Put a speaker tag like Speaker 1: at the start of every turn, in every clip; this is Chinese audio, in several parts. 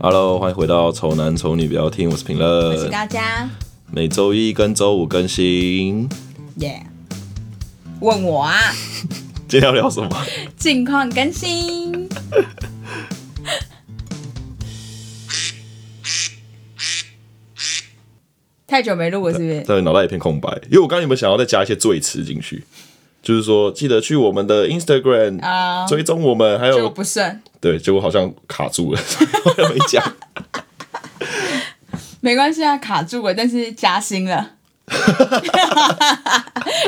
Speaker 1: Hello，欢迎回到《丑男丑女》，不要听，我是评
Speaker 2: 我是
Speaker 1: 论。
Speaker 2: 大家，
Speaker 1: 每周一跟周五更新。
Speaker 2: 耶、问我啊，
Speaker 1: 今天要聊什么？
Speaker 2: 近况更新。 太久没录了，是不是？
Speaker 1: 在脑袋一片空白，因为我刚刚有没有想要再加一些赘词进去？就是说，记得去我们的 Instagram、
Speaker 2: 啊、
Speaker 1: 追踪我们，还
Speaker 2: 就
Speaker 1: 有
Speaker 2: 不顺，
Speaker 1: 对，结果好像卡住了， 我没 讲。
Speaker 2: 没关系啊，卡住了，但是加薪 了。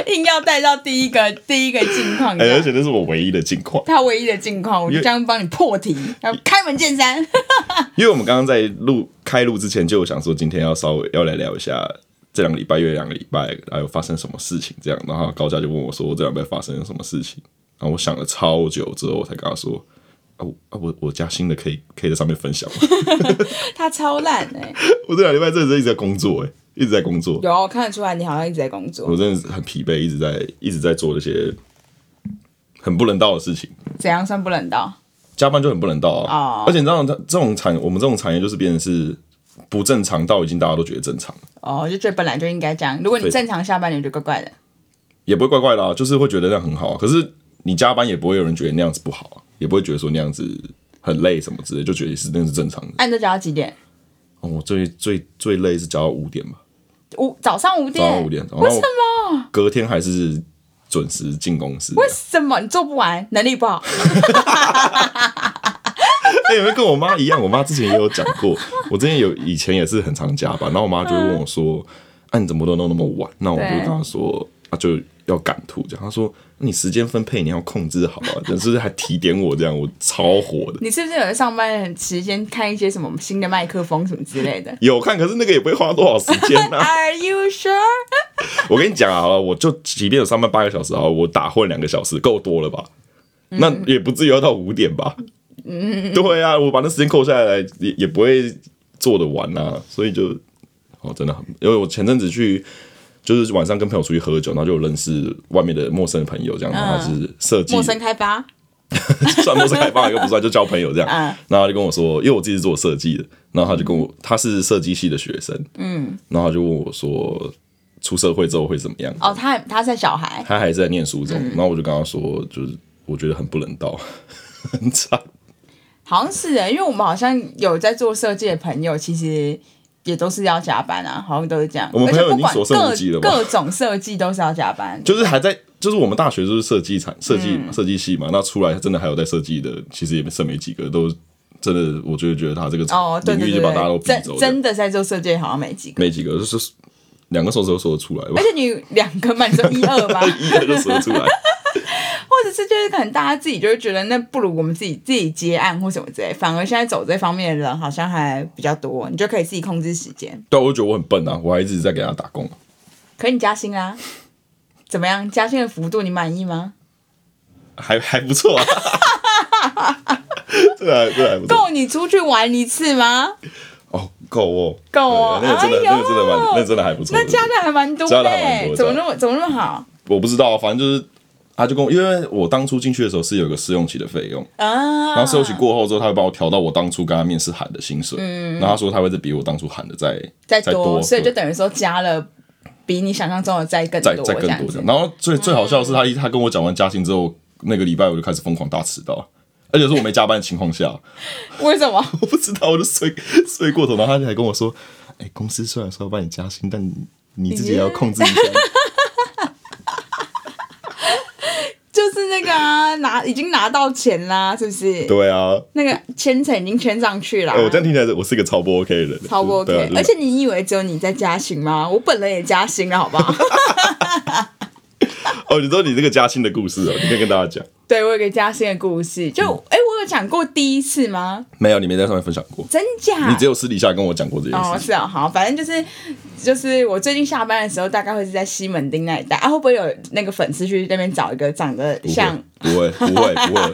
Speaker 2: 硬要带到第一个第一个近况
Speaker 1: 哎、
Speaker 2: 这样，
Speaker 1: 而且这是我唯一的近况，
Speaker 2: 他唯一的近况，我就这样帮你破题，然后开门 见山。
Speaker 1: 因为我们刚刚在录开录之前就有想说，今天要稍微要来聊一下这两个礼拜，因为两个礼拜还有发生什么事情这样。然后高佳就问我说，这两个礼拜发生了什么事情？然后我想了超久之后，我才跟他说，啊我啊我我加薪的可以可以在上面分享吗？
Speaker 2: 他超烂哎、
Speaker 1: 我这两个礼拜真的是一直在工作、哎，一直在工作。
Speaker 2: 有看得出来你好像一直在工作
Speaker 1: 我，真的是很疲惫，一直在一直在做那些很不人道的事情，
Speaker 2: 怎样算不人道？
Speaker 1: 加班就很不人道啊。
Speaker 2: 哦
Speaker 1: 而且你知道，它这种产我们这种产业就是变成是不正常到已经大家都觉得正常了，
Speaker 2: 哦，就觉得本来就应该这样。如果你
Speaker 1: 对
Speaker 2: 正常下班，你就怪怪的。
Speaker 1: 也不会怪怪啦、就是会觉得那样很好啊、可是你加班也不会有人觉得那样子不好、啊，也不会觉得说那样子很累什么之类，就觉得是那是正常的。
Speaker 2: 按你都讲到几点？
Speaker 1: 哦，我最最最累是加到五点吧，
Speaker 2: 五早上五
Speaker 1: 加
Speaker 2: 点？
Speaker 1: 到五点，然后
Speaker 2: 哎为什么？
Speaker 1: 隔天还是准时进公司。
Speaker 2: 为什么你做不完？能力不好？
Speaker 1: 哎、有没有跟我妈一样？我妈之前也有讲过，我之前有以前也是很常加班，然后我妈就会问我说：“啊，你怎么都弄那么晚？”那我就
Speaker 2: 嗯对
Speaker 1: 跟她说：“啊，就要赶图。”这样，她说：“你时间分配你要控制好啊， 就是还提点我这样，我超火的。”
Speaker 2: 你是不是有在上班时间看一些什么新的麦克风什么之类 的
Speaker 1: 有看，可是那个也不会花多少时间啊！
Speaker 2: ？Are you sure？
Speaker 1: 我跟你讲啊，好了，我就即便有上班八个小时啊，我打混两个小时够多了吧？那也不至于要到五点吧？嗯，对啊，我把那时间扣下来，也也不会做得完啊，所以就哦，真的很，因为我前阵子去。就是晚上跟朋友出去喝酒，然后就有认识外面的陌生的朋友，这样，然后他是设计
Speaker 2: 嗯陌生开发？
Speaker 1: 算陌生开发，又不算，就交朋友这样。
Speaker 2: 嗯
Speaker 1: 然后他就跟我说，因为我自己是做设计的，然后他就跟我，他是设计系的学生，嗯，然后他就问我说，出社会之后会怎么样？
Speaker 2: 哦，他他是小孩，
Speaker 1: 他还是在念书
Speaker 2: 嗯
Speaker 1: 中，然后我就跟他说，就是我觉得很不人道， 很惨。
Speaker 2: 好像是哎，因为我们好像有在做设计的朋友，其实。也都是要加班啊，好像都是这样。
Speaker 1: 我们
Speaker 2: 而且
Speaker 1: 朋友已
Speaker 2: 不
Speaker 1: 经
Speaker 2: 管
Speaker 1: 所剩无几了
Speaker 2: 各
Speaker 1: 吧
Speaker 2: 各种设计都是要加班，
Speaker 1: 就是还在，就是我们大学就是设计产设计
Speaker 2: 嗯
Speaker 1: 嘛设计系嘛，那出来真的还有在设计的，其实也剩没几个，都真的，我就觉得他这个
Speaker 2: 哦，对
Speaker 1: 领
Speaker 2: 对
Speaker 1: 域
Speaker 2: 对
Speaker 1: 就把大家都
Speaker 2: 对，
Speaker 1: 逼
Speaker 2: 真
Speaker 1: 走了，
Speaker 2: 真的在做设计好像没几个。
Speaker 1: 没几个，就是两个手指头数得出来吧
Speaker 2: 而，且你两个嘛，你说一二吧，
Speaker 1: 一个就数得出来。
Speaker 2: 或者是就是可能大家自己就会觉得，那不如我们自己自己接案或什么之类。反而现在走这方面的人好像还比较多，你就可以自己控制时间。
Speaker 1: 对啊，我就觉得我很笨啊，我还一直在给他打工啊。
Speaker 2: 可你加薪啦、怎么样？加薪的幅度你满意吗？
Speaker 1: 还 还不错啊，对啊，对啊，还不错
Speaker 2: 够你出去玩一 次吗？
Speaker 1: 哦，够哦，
Speaker 2: 够哦
Speaker 1: 对那个真的，
Speaker 2: 哎
Speaker 1: 那
Speaker 2: 呦
Speaker 1: 个真的蛮，那个真的还不错。
Speaker 2: 那加的还蛮多
Speaker 1: 加
Speaker 2: 的、
Speaker 1: 得还蛮
Speaker 2: 欸
Speaker 1: 多，
Speaker 2: 怎么那么怎么那么好
Speaker 1: 我不知道，反正就是他就跟我，因为我当初进去的时候是有一个试用期的费用，
Speaker 2: 啊？
Speaker 1: 然后试用期过后之后，他会帮我调到我当初跟他面试喊的薪水，
Speaker 2: 嗯
Speaker 1: 然后他说他会再比我当初喊的再
Speaker 2: 再
Speaker 1: 再
Speaker 2: 多，所以就
Speaker 1: 对
Speaker 2: 等于说加了比你想象中的再更
Speaker 1: 再
Speaker 2: 多，
Speaker 1: 再更
Speaker 2: 样
Speaker 1: 多这
Speaker 2: 子嗯
Speaker 1: 样。。然后最最好笑的是他一他跟我讲完加薪之后，那个礼拜我就开始疯狂大迟到。而且是我没加班的情况下，
Speaker 2: 为什么？
Speaker 1: 我不知道，我就睡睡过头，然后他就还跟我说：“哎、公司虽然说要帮你加薪，但你你自己也要控 制一下。
Speaker 2: 就是那个啊，拿已经拿到钱啦，是不”是？
Speaker 1: 对啊，
Speaker 2: 那个签程已经签上去了、
Speaker 1: 哎、我这样听起来，我是一个超不 OK 的人，
Speaker 2: 超不 OK、
Speaker 1: 对啊就是
Speaker 2: 而且你以为只有你在加薪吗？我本人也加薪了，好不好？
Speaker 1: 哦，你知道你这个加薪的故事哦，你可以跟大家讲。
Speaker 2: 对我有一个加薪的故事，就
Speaker 1: 嗯
Speaker 2: 哎、我有讲过第一次吗？
Speaker 1: 没有，你没在上面分享过，
Speaker 2: 真假？
Speaker 1: 你只有私底下跟我讲过这件
Speaker 2: 哦，
Speaker 1: 事。
Speaker 2: 是啊，好，反正就是就是我最近下班的时候，大概会是在西门町那一带啊，会不会有那个粉丝去那边找一个长得像
Speaker 1: 不会，不会，不会，不会。我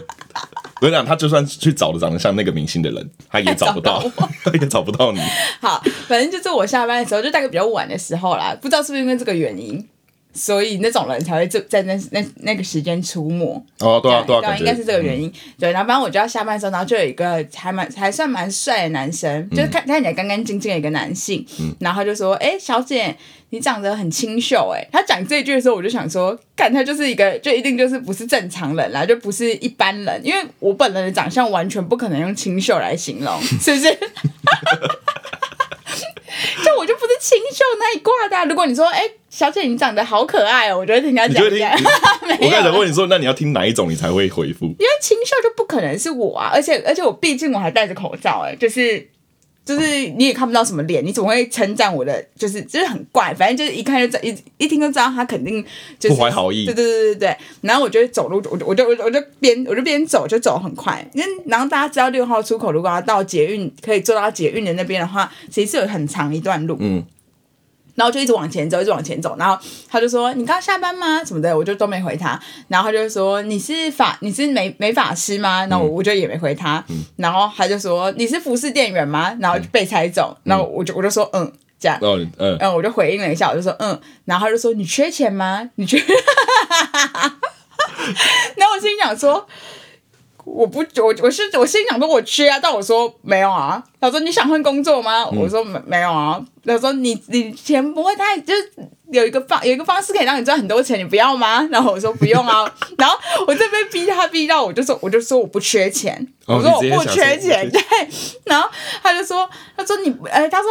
Speaker 1: 跟你讲，他就算去找了长得像那个明星的人，他也找不到，他也找不到你。
Speaker 2: 好，反正就是我下班的时候，就大概比较晚的时候啦，不知道是不是因为这个原因，所以那种人才会就在那那那个时间出没。
Speaker 1: 哦，对啊，
Speaker 2: 对
Speaker 1: 对啊，感觉
Speaker 2: 应该是这个原因。对，然后反正我就要下班的时候，然后就有一个还蛮还算蛮帅的男生，
Speaker 1: 嗯
Speaker 2: 就是看看起来干干净净的一个男性，然后他就说：“哎、小姐，你长得很清秀。”哎，他讲这句的时候，我就想说，干他就是一个，就一定就是不是正常人啦，就不是一般人，因为我本人的长相完全不可能用清秀来形 容，是不是？就我就不是清秀那一挂的啊、如果你说，哎、小姐，你长得好可爱哦，我就会听人家
Speaker 1: 你觉得
Speaker 2: 讲一
Speaker 1: 你
Speaker 2: 下。 没
Speaker 1: 我
Speaker 2: 有
Speaker 1: 刚才
Speaker 2: 啦
Speaker 1: 问你说，那你要听哪一种，你才会回复？
Speaker 2: 因为清秀就不可能是我啊，而且而且我毕竟我还戴着口罩、哎，就是就是你也看不到什么脸，你怎么会称赞我的？就是就是很怪，反正就是一看就知道，一一听就知道他肯定就是
Speaker 1: 不怀好意
Speaker 2: 对对对对对。然后我就走路，我就我就我就我就边我就边走就走很快，因为然后大家知道六号出口如果要到捷运可以坐到捷运的那边的话，其实是有很长一段路，
Speaker 1: 嗯。
Speaker 2: 然后就一直往前走，一直往前走，然后他就说：“你刚下班吗？”什么的，我就都没回他。然后他就说：“你是法你是美美发师吗？”然后我我就也没回他。然后他就说：“你是服饰店员吗？”然后就被猜中，然后我就我就说：“嗯，这样。”
Speaker 1: 哦，嗯，
Speaker 2: 嗯，我就回应了一下，我就说嗯，然后他就说你缺钱吗？你缺？ 然后我心里想说，我不，我我是我心里想说我缺啊，但我说没有啊。他说你想换工作吗？
Speaker 1: 嗯
Speaker 2: 我说没没有啊。他说你你钱不会太就是。有一个方有一个方式可以让你赚很多钱，你不要吗？然后我说不用啊，然后我这边逼他逼到，我就说我就说我不缺钱，
Speaker 1: 哦
Speaker 2: 我说我
Speaker 1: 你直接
Speaker 2: 不
Speaker 1: 想说
Speaker 2: 缺钱，对，然后他就说，他说你，呃，他说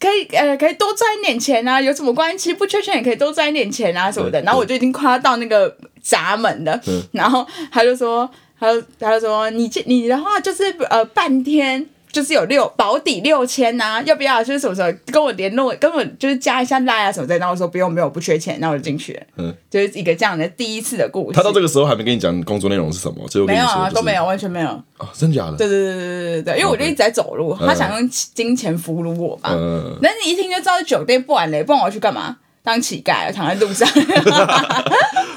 Speaker 2: 可以，呃，可以多赚一点钱啊，有什么关系？不缺钱也可以多赚一点钱啊什么的。
Speaker 1: 嗯
Speaker 2: 然后我就已经快要到那个闸门了，
Speaker 1: 嗯
Speaker 2: 然后他就说，他就他就说你这你的话就是呃半天。就是有六保底六千呐、要不要？就是什么时候跟我联络，跟我就是加一下拉啊什么的。然后我说不用，没有，我不缺钱。然后我就进去了，
Speaker 1: 嗯
Speaker 2: 就是一个这样的第一次的故事。
Speaker 1: 他到这个时候还没跟你讲工作内容是什么，就
Speaker 2: 没
Speaker 1: 跟你
Speaker 2: 有
Speaker 1: 说、就
Speaker 2: 啊，
Speaker 1: 是、
Speaker 2: 都没有，完全没有。
Speaker 1: 啊，真假的？
Speaker 2: 对对对对对对对，因为我就一直在走路，他想用金钱俘虏我吧。
Speaker 1: 嗯，
Speaker 2: 那你一听就知道是酒店不玩嘞，不然我要去干嘛？当乞丐，躺在路上。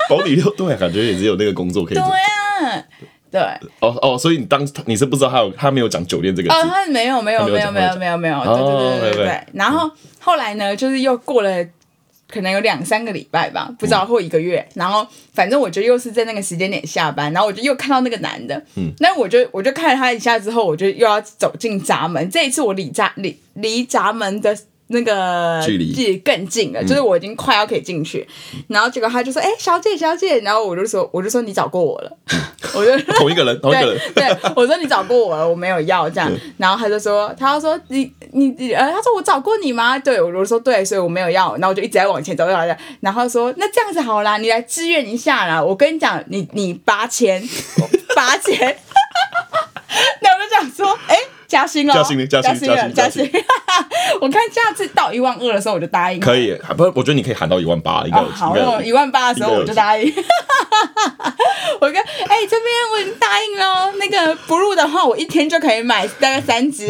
Speaker 1: 保底六对，啊感觉也只有那个工作可以
Speaker 2: 对
Speaker 1: 做。
Speaker 2: 啊，对。
Speaker 1: 哦哦，所以你当你是不知道他有他没有讲酒店这个字，
Speaker 2: 哦，他没有没有
Speaker 1: 他没有
Speaker 2: 没有
Speaker 1: 讲
Speaker 2: 没有没有没有，对
Speaker 1: 哦
Speaker 2: 对对对对
Speaker 1: 对
Speaker 2: 对。然后后来呢，就是又过了。可能有两三个礼拜吧，不知
Speaker 1: 嗯
Speaker 2: 道或一个月，然后反正我就又是在那个时间点下班，然后我就又看到那个男的，
Speaker 1: 嗯，
Speaker 2: 那我就我就看了他一下之后，我就又要走进闸门。这一次我离闸离离闸门的那个
Speaker 1: 距离嗯
Speaker 2: 更近了，就是我已经快要可以进去，然后结果他就说：“哎、小姐，小姐。”然后我就说：“我就说你找过我了。”我就
Speaker 1: 同一个人，同一个人，嗯
Speaker 2: 对对，我说你找过我了，我没有要这样，然后他就说，他就说你你你呃，他说我找过你吗？对，我就说对，所以我没有要，然后我就一直在往前走，然后然后说那这样子好啦，你来支援一下啦，我跟你讲，你你 八千八千， 那我就想说，哎、加薪了，
Speaker 1: 加薪了加
Speaker 2: 加
Speaker 1: 薪
Speaker 2: 了
Speaker 1: 加薪
Speaker 2: 加
Speaker 1: 加薪
Speaker 2: 薪， 我看下次到一万二的时候我就答应了，
Speaker 1: 可以，不，我觉得你可以喊到一万八，应该
Speaker 2: 哦
Speaker 1: 有，
Speaker 2: 好，
Speaker 1: 应
Speaker 2: 那我
Speaker 1: 该
Speaker 2: 一
Speaker 1: 有。
Speaker 2: 万八的时候
Speaker 1: 应该有
Speaker 2: 我就答应。 我跟哎、这边我已经答应喽，那个不入的话，我一天就可以买大概三只。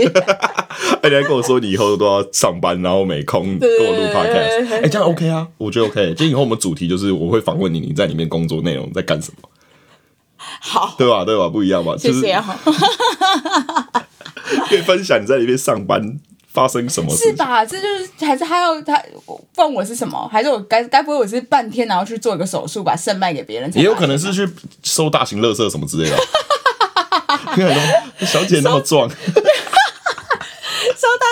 Speaker 1: 哎，你还跟我说你以后都要上班，然后没空跟
Speaker 2: 对
Speaker 1: 我录 podcast，
Speaker 2: 对
Speaker 1: 哎，这样 OK 啊？我觉得 OK。就以后我们主题就是我会访问你，你在里面工作内容在干什么，
Speaker 2: 好，
Speaker 1: 对吧？对吧？不一样吧？
Speaker 2: 谢
Speaker 1: 就是
Speaker 2: 谢哦，
Speaker 1: 可以分享你在里面上班发生什么事
Speaker 2: 是
Speaker 1: 情。
Speaker 2: 吧？这就是还是还有他问我是什么，还是我该该不会我是半天然后去做一个手术把肾卖给别人才？
Speaker 1: 也有可能是去收大型垃圾什么之类的。啊 你看小姐那么壮，
Speaker 2: 收大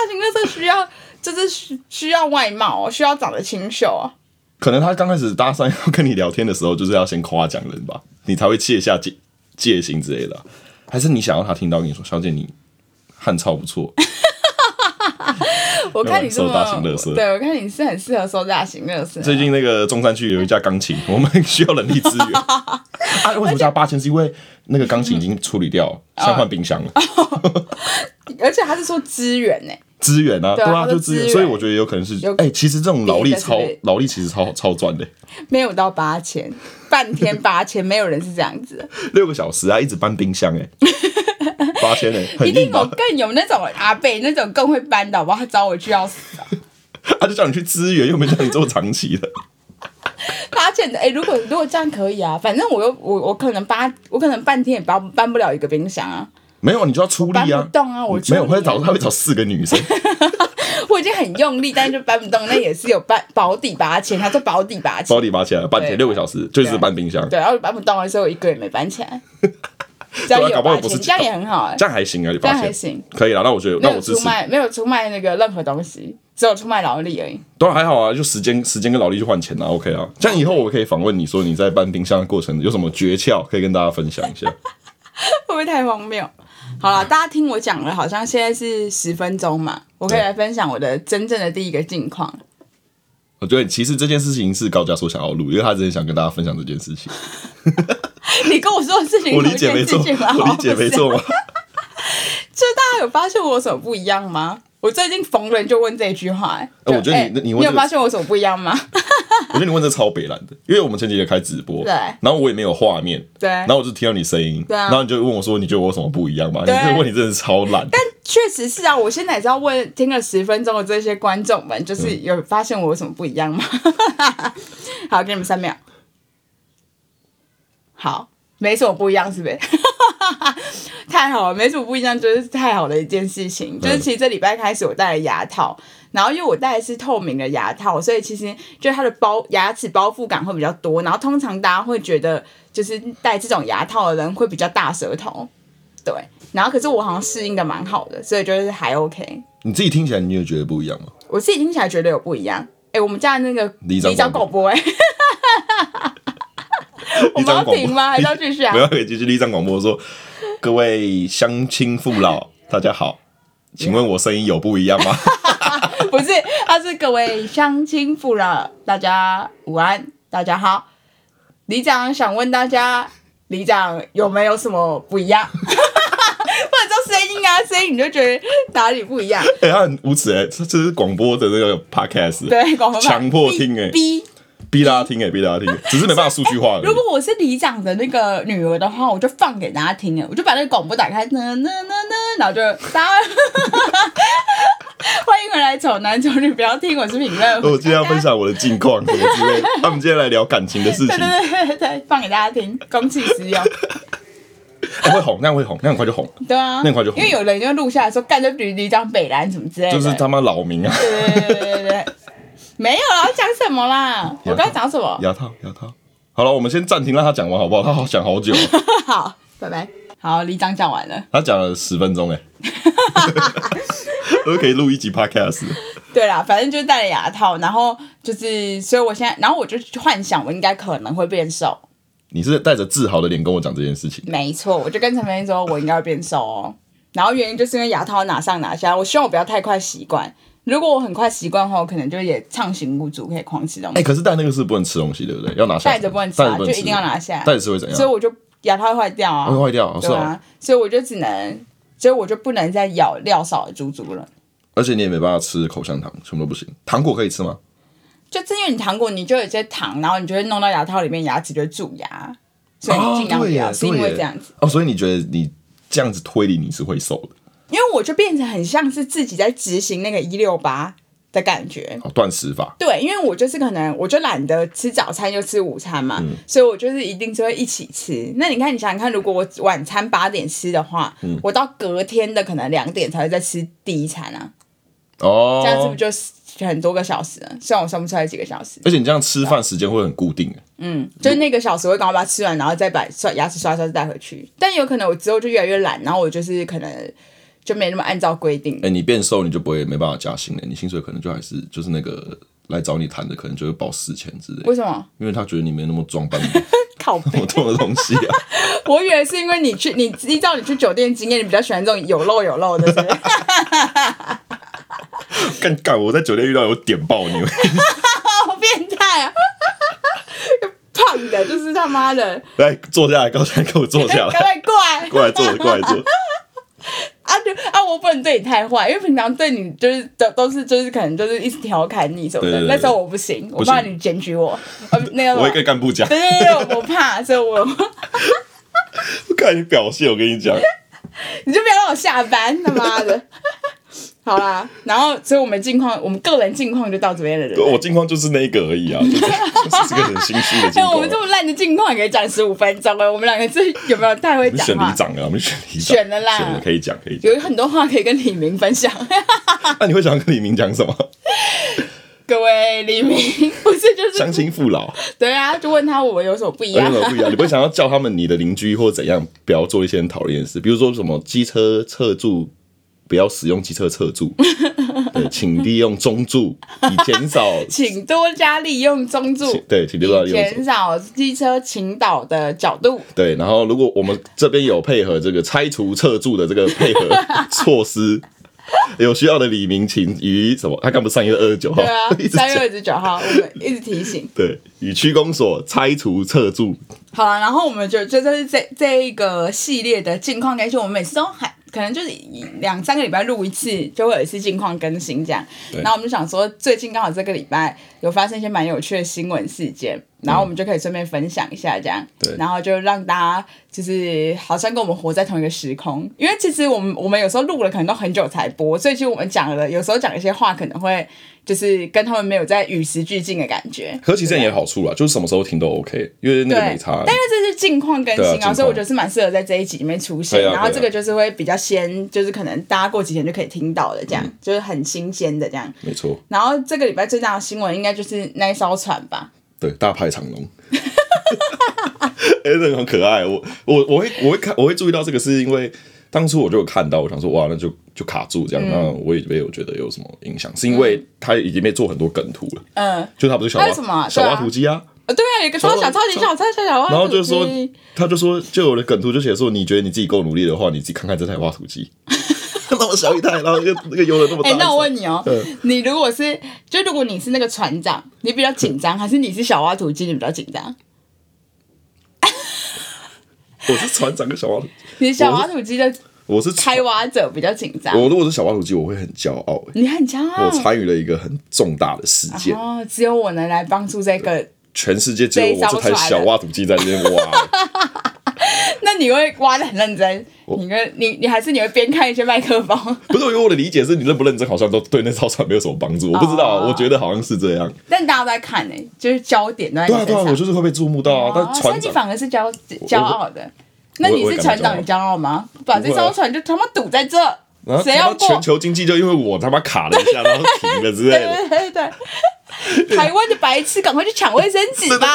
Speaker 2: 型垃圾需要，就是需需要外貌哦，需要长得清秀哦。
Speaker 1: 可能她刚开始搭讪要跟你聊天的时候，就是要先夸奖人吧，你才会卸下戒戒心之类的啊。还是你想要她听到跟你说，小姐你汉超不错，
Speaker 2: 我看你这么
Speaker 1: 啊收大型垃圾
Speaker 2: 对我看你是很适合收大型垃圾。
Speaker 1: 最近那个中山区有一家钢琴， 我们需要人力资源。啊，为什么加八千？是因为那个钢琴已经处理掉了，像换冰箱了，
Speaker 2: 而且他是说资源欸呢、
Speaker 1: 资源啊，
Speaker 2: 对
Speaker 1: 对
Speaker 2: 啊
Speaker 1: 啊，
Speaker 2: 它是
Speaker 1: 就资源。
Speaker 2: 资源
Speaker 1: 所以我觉得有可能是
Speaker 2: 有，
Speaker 1: 哎，其实这种劳力
Speaker 2: 别的之
Speaker 1: 超
Speaker 2: 类的
Speaker 1: 劳力其实超超赚的，
Speaker 2: 没有到八千， 半天八千，没有人是这样子的，
Speaker 1: 六个小时啊，一直搬冰箱 哎、八千哎，很
Speaker 2: 一定
Speaker 1: 硬
Speaker 2: 有
Speaker 1: 吧？
Speaker 2: 更有那种阿贝那种更会搬的，好不好？他找我去要死啊！
Speaker 1: 他就叫你去支援，又没叫你做长期的。
Speaker 2: 八千的，哎、 如果如果这样可以啊，反正我又我我可能八，我可能半天也搬搬不了一个冰箱啊，
Speaker 1: 没有，你就要出力
Speaker 2: 搬不
Speaker 1: 啊！
Speaker 2: 动啊，我出
Speaker 1: 没有，
Speaker 2: 力
Speaker 1: 会找他会找四个女生，
Speaker 2: 我已经很用力，但是就搬不动，那也是有搬保底八千，他说保底八千
Speaker 1: 包，底拔起来，半天
Speaker 2: 对
Speaker 1: 六个小时，就一直
Speaker 2: 对
Speaker 1: 搬冰箱，
Speaker 2: 对，然后搬不动的时候，我一个也没搬 起来，这样
Speaker 1: 对啊
Speaker 2: 也
Speaker 1: 搞
Speaker 2: 有
Speaker 1: 不好
Speaker 2: 八
Speaker 1: 不是
Speaker 2: 千，这样也很好哎、
Speaker 1: 这样还行啊，你
Speaker 2: 这
Speaker 1: 发
Speaker 2: 样还
Speaker 1: 现
Speaker 2: 行，
Speaker 1: 可以了。那我觉得，
Speaker 2: 没
Speaker 1: 那
Speaker 2: 有
Speaker 1: 我支
Speaker 2: 出
Speaker 1: 持。
Speaker 2: 卖没有出卖那个任何东西，只有出卖劳力而已。
Speaker 1: 当然还好啊，就时间、时间跟劳力去换钱啊，OK 啊。这样以后我可以访问你说你在搬冰箱的过程有什么诀窍可以跟大家分享 一下。
Speaker 2: 会不会太荒谬？好了，大家听我讲了，好像现在是十分钟嘛，我可以来分享我的真正的第一个近况。
Speaker 1: 我觉得其实这件事情是高嘉说想要录，因为他之前想跟大家分享这件事情。
Speaker 2: 你跟我说的事情，
Speaker 1: 我理解
Speaker 2: 跟
Speaker 1: 没
Speaker 2: 一件
Speaker 1: 错，
Speaker 2: 事情吗
Speaker 1: 我理解没。
Speaker 2: 好
Speaker 1: 错吗？
Speaker 2: 就大家有发现我有什么不一样吗？我最近逢人就问这句话、欸，
Speaker 1: 哎
Speaker 2: 就
Speaker 1: 我觉得你
Speaker 2: 欸
Speaker 1: 你
Speaker 2: 你
Speaker 1: 问这个
Speaker 2: 有发现我有什么不一样 吗？
Speaker 1: 我觉得你问这超北蓝的，因为我们前几天开直播，
Speaker 2: 对
Speaker 1: 然后我也没有画面，
Speaker 2: 对
Speaker 1: 然后我就听到你声音，
Speaker 2: 对啊
Speaker 1: 然后你就问我说你觉得我有什么不一样吗？你
Speaker 2: 对
Speaker 1: 这个问题真的是超烂，
Speaker 2: 但确实是啊，我现在也是要问听了十分钟的这些观众们，就是
Speaker 1: 嗯
Speaker 2: 有发现我有什么不一样吗？ 好，给你们三秒。好，没什么不一样，是不是？ 太好了，没什么不一样，就是太好的一件事情。就是其实这礼拜开始我戴了牙套，然后因为我戴的是透明的牙套，所以其实就它的包牙齿包覆感会比较多。然后通常大家会觉得，就是戴这种牙套的人会比较大舌头，对。然后可是我好像适应的蛮好的，所以就是还 OK。
Speaker 1: 你自己听起来你有觉得不一样吗？
Speaker 2: 我自己听起来觉得有不一样。哎、我们家的那个
Speaker 1: 里长
Speaker 2: 广播哎、我
Speaker 1: 立
Speaker 2: 们
Speaker 1: 张
Speaker 2: 要
Speaker 1: 广
Speaker 2: 停
Speaker 1: 播，
Speaker 2: 吗？还是要继续啊
Speaker 1: 不？要给继续立张广播说，各位乡亲父老，大家好，请问我声音有不一样 吗？
Speaker 2: 不是，他是各位乡亲父老，大家午安，大家好。里长想问大家，里长有没有什么不一样？ 或者说声音啊，声音你就觉得哪里不 一样？
Speaker 1: 哎、他很无耻哎、这这是广播的那个 podcast，
Speaker 2: 对，广播版
Speaker 1: 强迫听哎
Speaker 2: B
Speaker 1: 逼大家听哎、逼大家听、只是没办法数据化而已
Speaker 2: 如。果我是里长的那个女儿的话，我就放给大家听哎，我就把那个广播打开，呢呢呢呢，然后就大家 欢迎回来，丑男丑女，不要听我是评论。
Speaker 1: 我今天要分享我的近况什么之类，他们今天来聊感情的事情
Speaker 2: 对，对对对对，放给大家听，公器私用。
Speaker 1: 哎会红，那样会红，那样很快就红，
Speaker 2: 对啊，
Speaker 1: 那很快就红
Speaker 2: 因为有人就录下来说干就比里长北兰什么之类的，
Speaker 1: 就是他妈扰民啊！
Speaker 2: 哎对对对对 对对，没有啦，讲什么啦？我刚刚讲什么？
Speaker 1: 牙套，牙套。好了，我们先暂停，让他讲完好不好？他好想好 久，
Speaker 2: 好，拜拜。好，里长讲完了。
Speaker 1: 他讲了十分钟哎、我都可以录一集 podcast。
Speaker 2: 对啦，反正就是戴了牙套，然后就是，所以我现在，然后我就幻想我应该可能会变瘦，
Speaker 1: 你是带着自豪的脸跟我讲这件事情，
Speaker 2: 没错，我就跟陈飞说我应该会变瘦哦。然后原因就是因为牙套拿上拿下，我希望我不要太快习惯。如果我很快习惯的话，我可能就也畅行无阻，可以狂吃东
Speaker 1: 哎、
Speaker 2: 西。
Speaker 1: 可是戴那个是不能吃东西，对不对？要拿下来，
Speaker 2: 戴着不能吃
Speaker 1: 戴
Speaker 2: 啊，
Speaker 1: 着不
Speaker 2: 就
Speaker 1: 能吃
Speaker 2: 一定要拿下。
Speaker 1: 戴着是会怎样
Speaker 2: 所以？我就牙套会坏掉啊，
Speaker 1: 会坏啊掉，哦是
Speaker 2: 对
Speaker 1: 哦。
Speaker 2: 啊，所以我就只能，所以我就不能再咬料少的猪猪了。
Speaker 1: 而且你也没办法吃口香糖，什么都不行。糖果可以吃吗？
Speaker 2: 就是因为你糖果，你就有一些糖，然后你就会弄到牙套里面，牙齿就会蛀牙，所以
Speaker 1: 哦
Speaker 2: 你尽量不
Speaker 1: 对耶
Speaker 2: 要，是因
Speaker 1: 对
Speaker 2: 为
Speaker 1: 耶
Speaker 2: 这样子。
Speaker 1: 哦，所以你觉得你这样子推理你是会瘦的？
Speaker 2: 因为我就变成很像是自己在执行那个一六八的感觉。
Speaker 1: 哦，断食法，
Speaker 2: 对，因为我就是可能我就懒得吃早餐又吃午餐嘛，
Speaker 1: 嗯
Speaker 2: 所以我就是一定是会一起吃。那你看，你想想看，如果我晚餐八点吃的话，
Speaker 1: 嗯
Speaker 2: 我到隔天的可能两点才会再吃第一餐啊，
Speaker 1: 哦，
Speaker 2: 这样是不是就是很多个小时了？虽然我算不出来几个小时，
Speaker 1: 而且你这样吃饭时间会很固定，哎
Speaker 2: 就是那个小时我会赶快把它吃完，然后再把刷牙齿刷一刷再带回去。但有可能我之后就越来越懒，然后我就是可能就没那么按照规定。
Speaker 1: 哎、你变瘦你就不会没办法加薪了，你薪水可能就还是就是那个来找你谈的可能就会报四千之类的，
Speaker 2: 为什么？
Speaker 1: 因为他觉得你没那么装扮
Speaker 2: 靠背！
Speaker 1: 我懂的东西啊。
Speaker 2: 我以为是因为你去，你依照你去酒店经验，你比较喜欢这种有肉有肉的，是不是？
Speaker 1: 干干，我在酒店遇到有点爆你，
Speaker 2: 好变态啊！ 胖的，就是他妈的，哎
Speaker 1: 来坐下来，刚才给我坐下
Speaker 2: 赶
Speaker 1: 来，
Speaker 2: 快过来
Speaker 1: 过来坐，过来坐。
Speaker 2: 啊！就啊，我不能对你太坏，因为平常对你就是都都是就是可能就是一直调侃你什么的。
Speaker 1: 对对对对
Speaker 2: 那时候我不行，我
Speaker 1: 不行
Speaker 2: 怕你检举我，呃，那个
Speaker 1: 我会跟干部讲，
Speaker 2: 对对对，我我怕，所以我
Speaker 1: 看你表现，我跟你讲，
Speaker 2: 你就不要让我下班，他妈的！ 好啦，然后所以我们近况，我们个人近况就到这边了，对不对
Speaker 1: 我近况就是那一个而已啊，就是就是个很心虚的
Speaker 2: 哎、
Speaker 1: 近况啊。
Speaker 2: 我们这么烂的近况也可以讲十五分钟了，我们两个这有没有太会
Speaker 1: 我们
Speaker 2: 讲
Speaker 1: 选
Speaker 2: 话
Speaker 1: 里？长啊，我们选里长，
Speaker 2: 选了啦
Speaker 1: 选了可以讲，可以讲。
Speaker 2: 有很多话可以跟李明分享。
Speaker 1: 那你会想跟李明讲什么？
Speaker 2: 各位黎明，不是就是
Speaker 1: 乡亲父老，
Speaker 2: 对啊，就问他我有什么不一
Speaker 1: 有
Speaker 2: 样
Speaker 1: 什？哎么不一样？你不会想要叫他们你的邻居或怎样，不要做一些很讨人厌的事，比如说什么机车侧柱。不要使用机车侧 柱，对，请利用中柱，以减 少
Speaker 2: 请多加利用中柱
Speaker 1: 请，对，请利用
Speaker 2: 以
Speaker 1: 中柱
Speaker 2: 减少机车倾倒的角度。
Speaker 1: 对，然后如果我们这边有配合这个拆除侧柱的这个配合措施，有需要的李明，请于什么？他刚不是上一月二十九号，
Speaker 2: 对啊
Speaker 1: 一直
Speaker 2: 三
Speaker 1: 讲
Speaker 2: 月二十九号，我们一直提醒。
Speaker 1: 对，与区公所拆除侧柱，
Speaker 2: 好了，然后我们就就这是这这一个系列的近况更新，我们每次都还可能就是一两三个礼拜录一次，就会有一次近况更新这样。
Speaker 1: 对
Speaker 2: 然后我们就想说，最近刚好这个礼拜有发生一些蛮有趣的新闻事件，然后我们就可以顺便分享一下这样。
Speaker 1: 嗯对
Speaker 2: 然后就让大家就是好像跟我们活在同一个时空，因为其实我们我们有时候录了可能都很久才播，所以其实我们讲了有时候讲一些话可能会就是跟他们没有在与时俱进的感觉。
Speaker 1: 可其实这样也有好处啦，就是什么时候停都 OK，因为那
Speaker 2: 对，
Speaker 1: 个没差啊
Speaker 2: 但。是这是近况更
Speaker 1: 对啊
Speaker 2: 新
Speaker 1: 近
Speaker 2: 啊，
Speaker 1: 况
Speaker 2: 所以我觉得是蛮适合在这一集里面出现。
Speaker 1: 对啊
Speaker 2: 然后
Speaker 1: 对啊
Speaker 2: 这个就是会比较先，就是可能大家过几天就可以听到的，这
Speaker 1: 嗯
Speaker 2: 样、就是很新鲜的这样。
Speaker 1: 没错，
Speaker 2: 然后这个礼拜最大的新闻应该就是那一艘船吧？
Speaker 1: 对，大派长龙。 哎、这个很可爱。我我我会我会看我会注意到这个，是因为当初我就有看到，我想说哇，那就就卡住
Speaker 2: 嗯
Speaker 1: 这样，那我也没有觉得有什么影响，是因为它已经被做很多梗图了。
Speaker 2: 嗯，
Speaker 1: 就他不是小
Speaker 2: 还有什么啊
Speaker 1: 蛙小
Speaker 2: 对啊
Speaker 1: 蛙图鸡啊，
Speaker 2: 呃对啊，有一个超小、
Speaker 1: 超
Speaker 2: 超级小、超小小蛙
Speaker 1: 然后就是
Speaker 2: 主
Speaker 1: 说
Speaker 2: 机，
Speaker 1: 他就说，就有的梗图就写说，你觉得你自己够努力的话，你自己看看这台挖土机， 那么小一台，然后那个那个游轮那么大
Speaker 2: 哎、
Speaker 1: 一台，
Speaker 2: 那我问你哦、
Speaker 1: 嗯
Speaker 2: 你如果是就如果你是那个船长，你比较紧张，还是你是小蛙土鸡你比较紧张？
Speaker 1: 我是船长跟小蛙土，
Speaker 2: 你小蛙土鸡的
Speaker 1: 我是
Speaker 2: 开挖者比较紧张，
Speaker 1: 我如果是小挖土机，我会很骄傲、欸
Speaker 2: 你很骄傲
Speaker 1: 我。参与了一个很重大的事件，
Speaker 2: 哦，只有我能来帮助这个
Speaker 1: 全世界只有我这台小挖土机在这边挖。
Speaker 2: 那你会挖的很认真，你跟你你还是你会边看一些麦克 风，
Speaker 1: 不是，因为我的理解是你认不认真，好像都对那艘船没有什么帮助。我不知道，
Speaker 2: 哦
Speaker 1: 我觉得好像是这样。
Speaker 2: 但大家都在看呢、就是焦点都在你
Speaker 1: 对啊，
Speaker 2: 身
Speaker 1: 对啊，
Speaker 2: 上。
Speaker 1: 我就是会被注目到啊。但
Speaker 2: 哦
Speaker 1: 是
Speaker 2: 所以
Speaker 1: 船
Speaker 2: 你
Speaker 1: 长，
Speaker 2: 反而是骄骄傲的。那你
Speaker 1: 我
Speaker 2: 是
Speaker 1: 也
Speaker 2: 船
Speaker 1: 感到
Speaker 2: 长，你骄傲吗？把这
Speaker 1: 不会
Speaker 2: 艘
Speaker 1: 啊
Speaker 2: 船就他妈堵在这，
Speaker 1: 然后
Speaker 2: 谁
Speaker 1: 他
Speaker 2: 要
Speaker 1: 妈全
Speaker 2: 过？
Speaker 1: 球经济就因为我他妈卡了一下，然后停了之类的。
Speaker 2: 对 对对对，台湾的白痴，赶快去抢卫生 纸吧！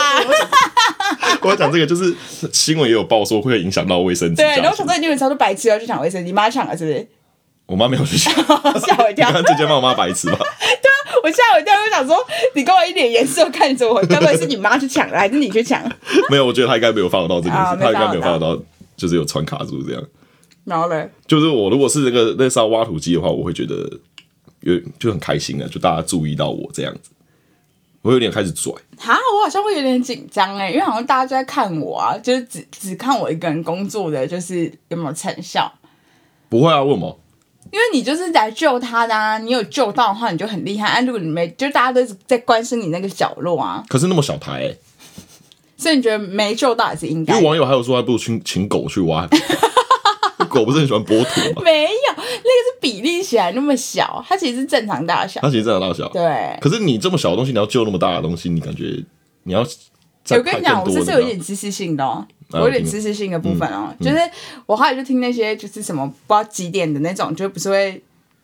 Speaker 1: 我要讲这个就是新闻也有报说会影响到卫生纸价
Speaker 2: 对，然后
Speaker 1: 钱
Speaker 2: 想。说你们超多白痴要去抢卫生纸，你妈抢了是不 是？
Speaker 1: 我妈没有去 抢，
Speaker 2: 吓我一跳
Speaker 1: 你！刚刚直接骂我妈白痴吧？
Speaker 2: 我吓我一跳，我想说你跟我一脸严肃地看着我，该不会是你妈去抢的，还是你去抢？
Speaker 1: 没有，我觉得她应该没有放到这件
Speaker 2: 啊
Speaker 1: 事，
Speaker 2: 没
Speaker 1: 她
Speaker 2: 放
Speaker 1: 应该没有
Speaker 2: 到
Speaker 1: 放到，就是有船卡住这样。
Speaker 2: 然后嘞，
Speaker 1: 就是我如果是那个那艘挖土机的话，我会觉得有就很开心啊，就大家注意到我这样子，我有点开始拽。
Speaker 2: 哈，我好像会有点紧张哎，因为好像大家都在看我啊，就是只只看我一个人工作的，就是有没有成效。
Speaker 1: 不会啊，为什么？
Speaker 2: 因为你就是来救他的、啊，你有救到的话，你就很厉害。啊，如果你没，就大家都一直在关心你那个角落啊，
Speaker 1: 可是那么小台、欸，
Speaker 2: 所以你觉得没救到也是应
Speaker 1: 因
Speaker 2: 该
Speaker 1: 为。网友还有说，还不如请请狗去挖。狗不是很喜欢剥土吗？
Speaker 2: 没有，那个是比例起来那么小，它其实是正常大小。
Speaker 1: 它其实真的大小。
Speaker 2: 对，
Speaker 1: 可是你这么小的东西，你要救那么大的东西，你感觉你要再
Speaker 2: 我跟
Speaker 1: 派
Speaker 2: 你讲，
Speaker 1: 更
Speaker 2: 我
Speaker 1: 多
Speaker 2: 这
Speaker 1: 的
Speaker 2: 是
Speaker 1: 那
Speaker 2: 有
Speaker 1: 个
Speaker 2: 一点知识性的哦，
Speaker 1: 啊
Speaker 2: 我有点
Speaker 1: 我听嗯
Speaker 2: 知识性的部分哦，就是我后来就听那些就是什么不知道几点的那种，就不是会。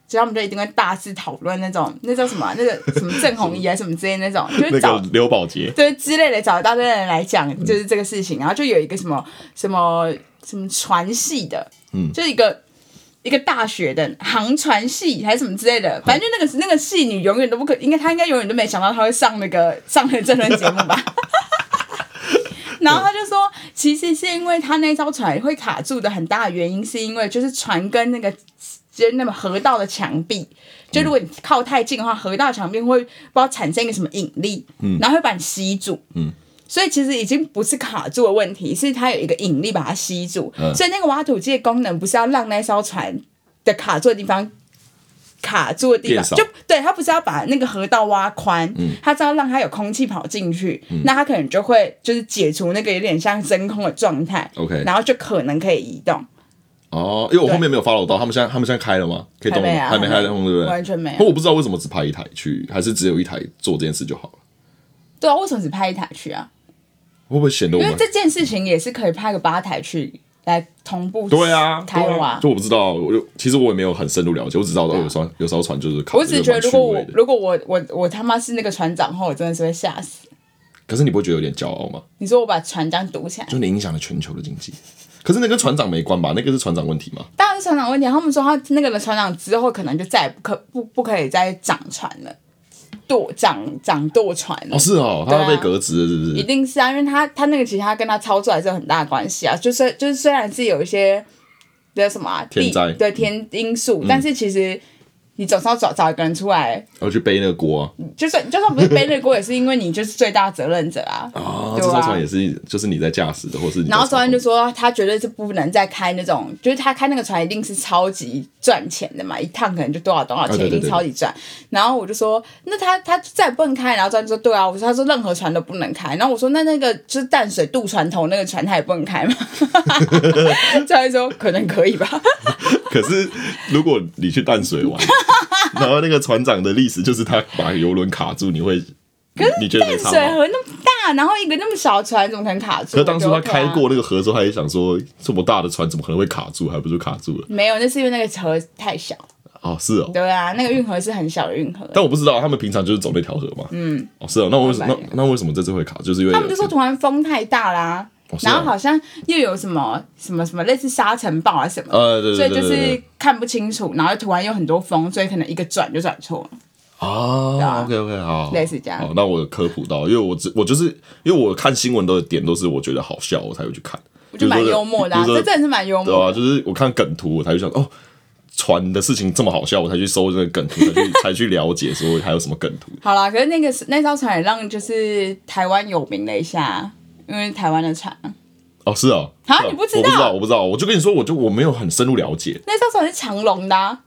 Speaker 2: 就他们就一定会大肆讨论那种，那叫什么啊、那个 什么郑红怡啊什么之类那种，就是
Speaker 1: 那
Speaker 2: 找、
Speaker 1: 个刘宝杰，
Speaker 2: 对之类的找一大堆人来讲，就是这个事情。然后就有一个什么什么什么船系的，嗯，就是一个一个大学的航船系还是什么之类的，反正就那个那个系你永远都不可，应该他应该永远都没想到他会上那个上那个真人节目吧。 然后他就说，其实是因为他那艘船会卡住的很大的原因，是因为就是船跟那个就是那么河道的墙壁，就如果你靠太近的话，河道墙壁会不知道产生一个什么引力，
Speaker 1: 嗯
Speaker 2: 然后会把你吸住，所以其实已经不是卡住的问题，是它有一个引力把它吸住。
Speaker 1: 嗯
Speaker 2: 所以那个挖土机的功能不是要让那艘船的卡住的地方卡住的地
Speaker 1: 变
Speaker 2: 方，
Speaker 1: 少
Speaker 2: 就 对它不是要把那个河道挖宽，
Speaker 1: 嗯
Speaker 2: 它是要让它有空气跑进去，那它可能就会就是解除那个有点像真空的状态
Speaker 1: OK
Speaker 2: 然后就可能可以移动。
Speaker 1: 哦，因为我后面没有 follow 到，他们现在他们现在开了吗？可以动了吗？
Speaker 2: 还
Speaker 1: 还
Speaker 2: 没
Speaker 1: 没
Speaker 2: 啊
Speaker 1: 开动，对不对？
Speaker 2: 完全没有
Speaker 1: 不过我不知道为什么只派一台去，还是只有一台做这件事就好了。
Speaker 2: 对啊，为什么只拍一台去啊？
Speaker 1: 会不会显得我
Speaker 2: 因为
Speaker 1: 们
Speaker 2: 这件事情也是可以拍个八台去来同步
Speaker 1: 对啊，
Speaker 2: 开
Speaker 1: 对
Speaker 2: 挖
Speaker 1: 啊，。就我不知道，我就其实我也没有很深入了解，我只知道哦有艘有艘船就是靠，
Speaker 2: 啊我只是
Speaker 1: 就
Speaker 2: 觉
Speaker 1: 是
Speaker 2: 得，
Speaker 1: 啊蛮趣
Speaker 2: 如果我
Speaker 1: 味的
Speaker 2: 如果我我我他妈是那个船长的话，我真的是会吓死。
Speaker 1: 可是你不会觉得有点骄傲吗？
Speaker 2: 你说我把船这样堵起来，
Speaker 1: 就你影响了全球的经济，可是那跟船长没关吧？那个是船长问题吗？
Speaker 2: 当然是船长问题啊。他们说他那个的船长之后，可能就再也不可不不可以再掌船了，舵掌掌舵船了。
Speaker 1: 哦，是哦，他
Speaker 2: 对啊
Speaker 1: 要被革职了，是不
Speaker 2: 一
Speaker 1: 是？
Speaker 2: 定是啊，因为他他那个其实他跟他操作还是有很大的关系啊，就是就是虽然是有一些叫什么、啊、
Speaker 1: 天
Speaker 2: 地
Speaker 1: 灾嗯
Speaker 2: 对天因素，但是其实你总是要找找一个人出来，
Speaker 1: 要去背那个锅啊！
Speaker 2: 就算就算不是背那锅，也是因为你就是最大责任者啊。
Speaker 1: 啊，
Speaker 2: 对
Speaker 1: 这
Speaker 2: 啊
Speaker 1: 艘船也是，就是你在驾驶的，或是你在
Speaker 2: 然后
Speaker 1: 操
Speaker 2: 周
Speaker 1: 控
Speaker 2: 安就说，他绝对是不能再开那种，就是他开那个船一定是超级赚钱的嘛，一趟可能就多少多少
Speaker 1: 啊
Speaker 2: 钱，
Speaker 1: 对
Speaker 2: 一
Speaker 1: 对
Speaker 2: 定超级赚。然后我就说，那他他再也不能开。然后周安就说，对啊，我说他说任何船都不能开。然后我说，那那个就是淡水渡船头那个船，他也不能开吗？ 周安说，可能可以吧。
Speaker 1: 可是如果你去淡水 玩，然后那个船长的历史就是他把游轮卡住，你会，你你觉得没
Speaker 2: 淡
Speaker 1: 差
Speaker 2: 水
Speaker 1: 吗？
Speaker 2: 河那么大，然后一个那么小的船，怎么可能卡住？
Speaker 1: 可是当初他
Speaker 2: 我觉得 OK
Speaker 1: 开
Speaker 2: 啊
Speaker 1: 过那个河的时候，他也想说，这么大的船怎么可能会卡住？还不是卡住了？
Speaker 2: 没有，那是因为那个河太小。
Speaker 1: 哦，是哦。
Speaker 2: 对啊，那个运河是很小的运河。
Speaker 1: 但我不知道他们平常就是走那条河嘛。嗯。哦，是哦。那为什
Speaker 2: 老
Speaker 1: 那
Speaker 2: 板娘
Speaker 1: 那为什么这次会卡？就是因为
Speaker 2: 他们就说突然风太大啦、
Speaker 1: 哦是啊
Speaker 2: 然后好像又有什么什么什么类似沙尘暴啊什么，
Speaker 1: 呃，对对对对
Speaker 2: 所
Speaker 1: 对
Speaker 2: 以
Speaker 1: 对
Speaker 2: 就是看不清楚，然后突然有很多风，所以可能一个转就转错了。
Speaker 1: 哦
Speaker 2: 啊
Speaker 1: ，OK OK，好，
Speaker 2: 类似这样
Speaker 1: 好，那我有科普到，因为我只我就是因为我看新闻的点都是我觉得好笑，我才会去看，
Speaker 2: 我觉得蛮幽默的、
Speaker 1: 比
Speaker 2: 啊，
Speaker 1: 如
Speaker 2: 这
Speaker 1: 说
Speaker 2: 真的是蛮幽
Speaker 1: 对
Speaker 2: 默
Speaker 1: 啊，
Speaker 2: 的。
Speaker 1: 就是我看梗图，我才去想哦，船的事情这么好笑，我才去搜这个梗图，才 去才去了解说还有什么梗图。
Speaker 2: 好啦，可是那个那艘船也让就是台湾有名了一下，因为台湾的船，
Speaker 1: 哦，是哦，
Speaker 2: 啊
Speaker 1: 是哦
Speaker 2: 你不知
Speaker 1: 我不知
Speaker 2: 道
Speaker 1: 道，我不知道，我就跟你说，我就我没有很深入了解，
Speaker 2: 那艘船是长龙的、啊，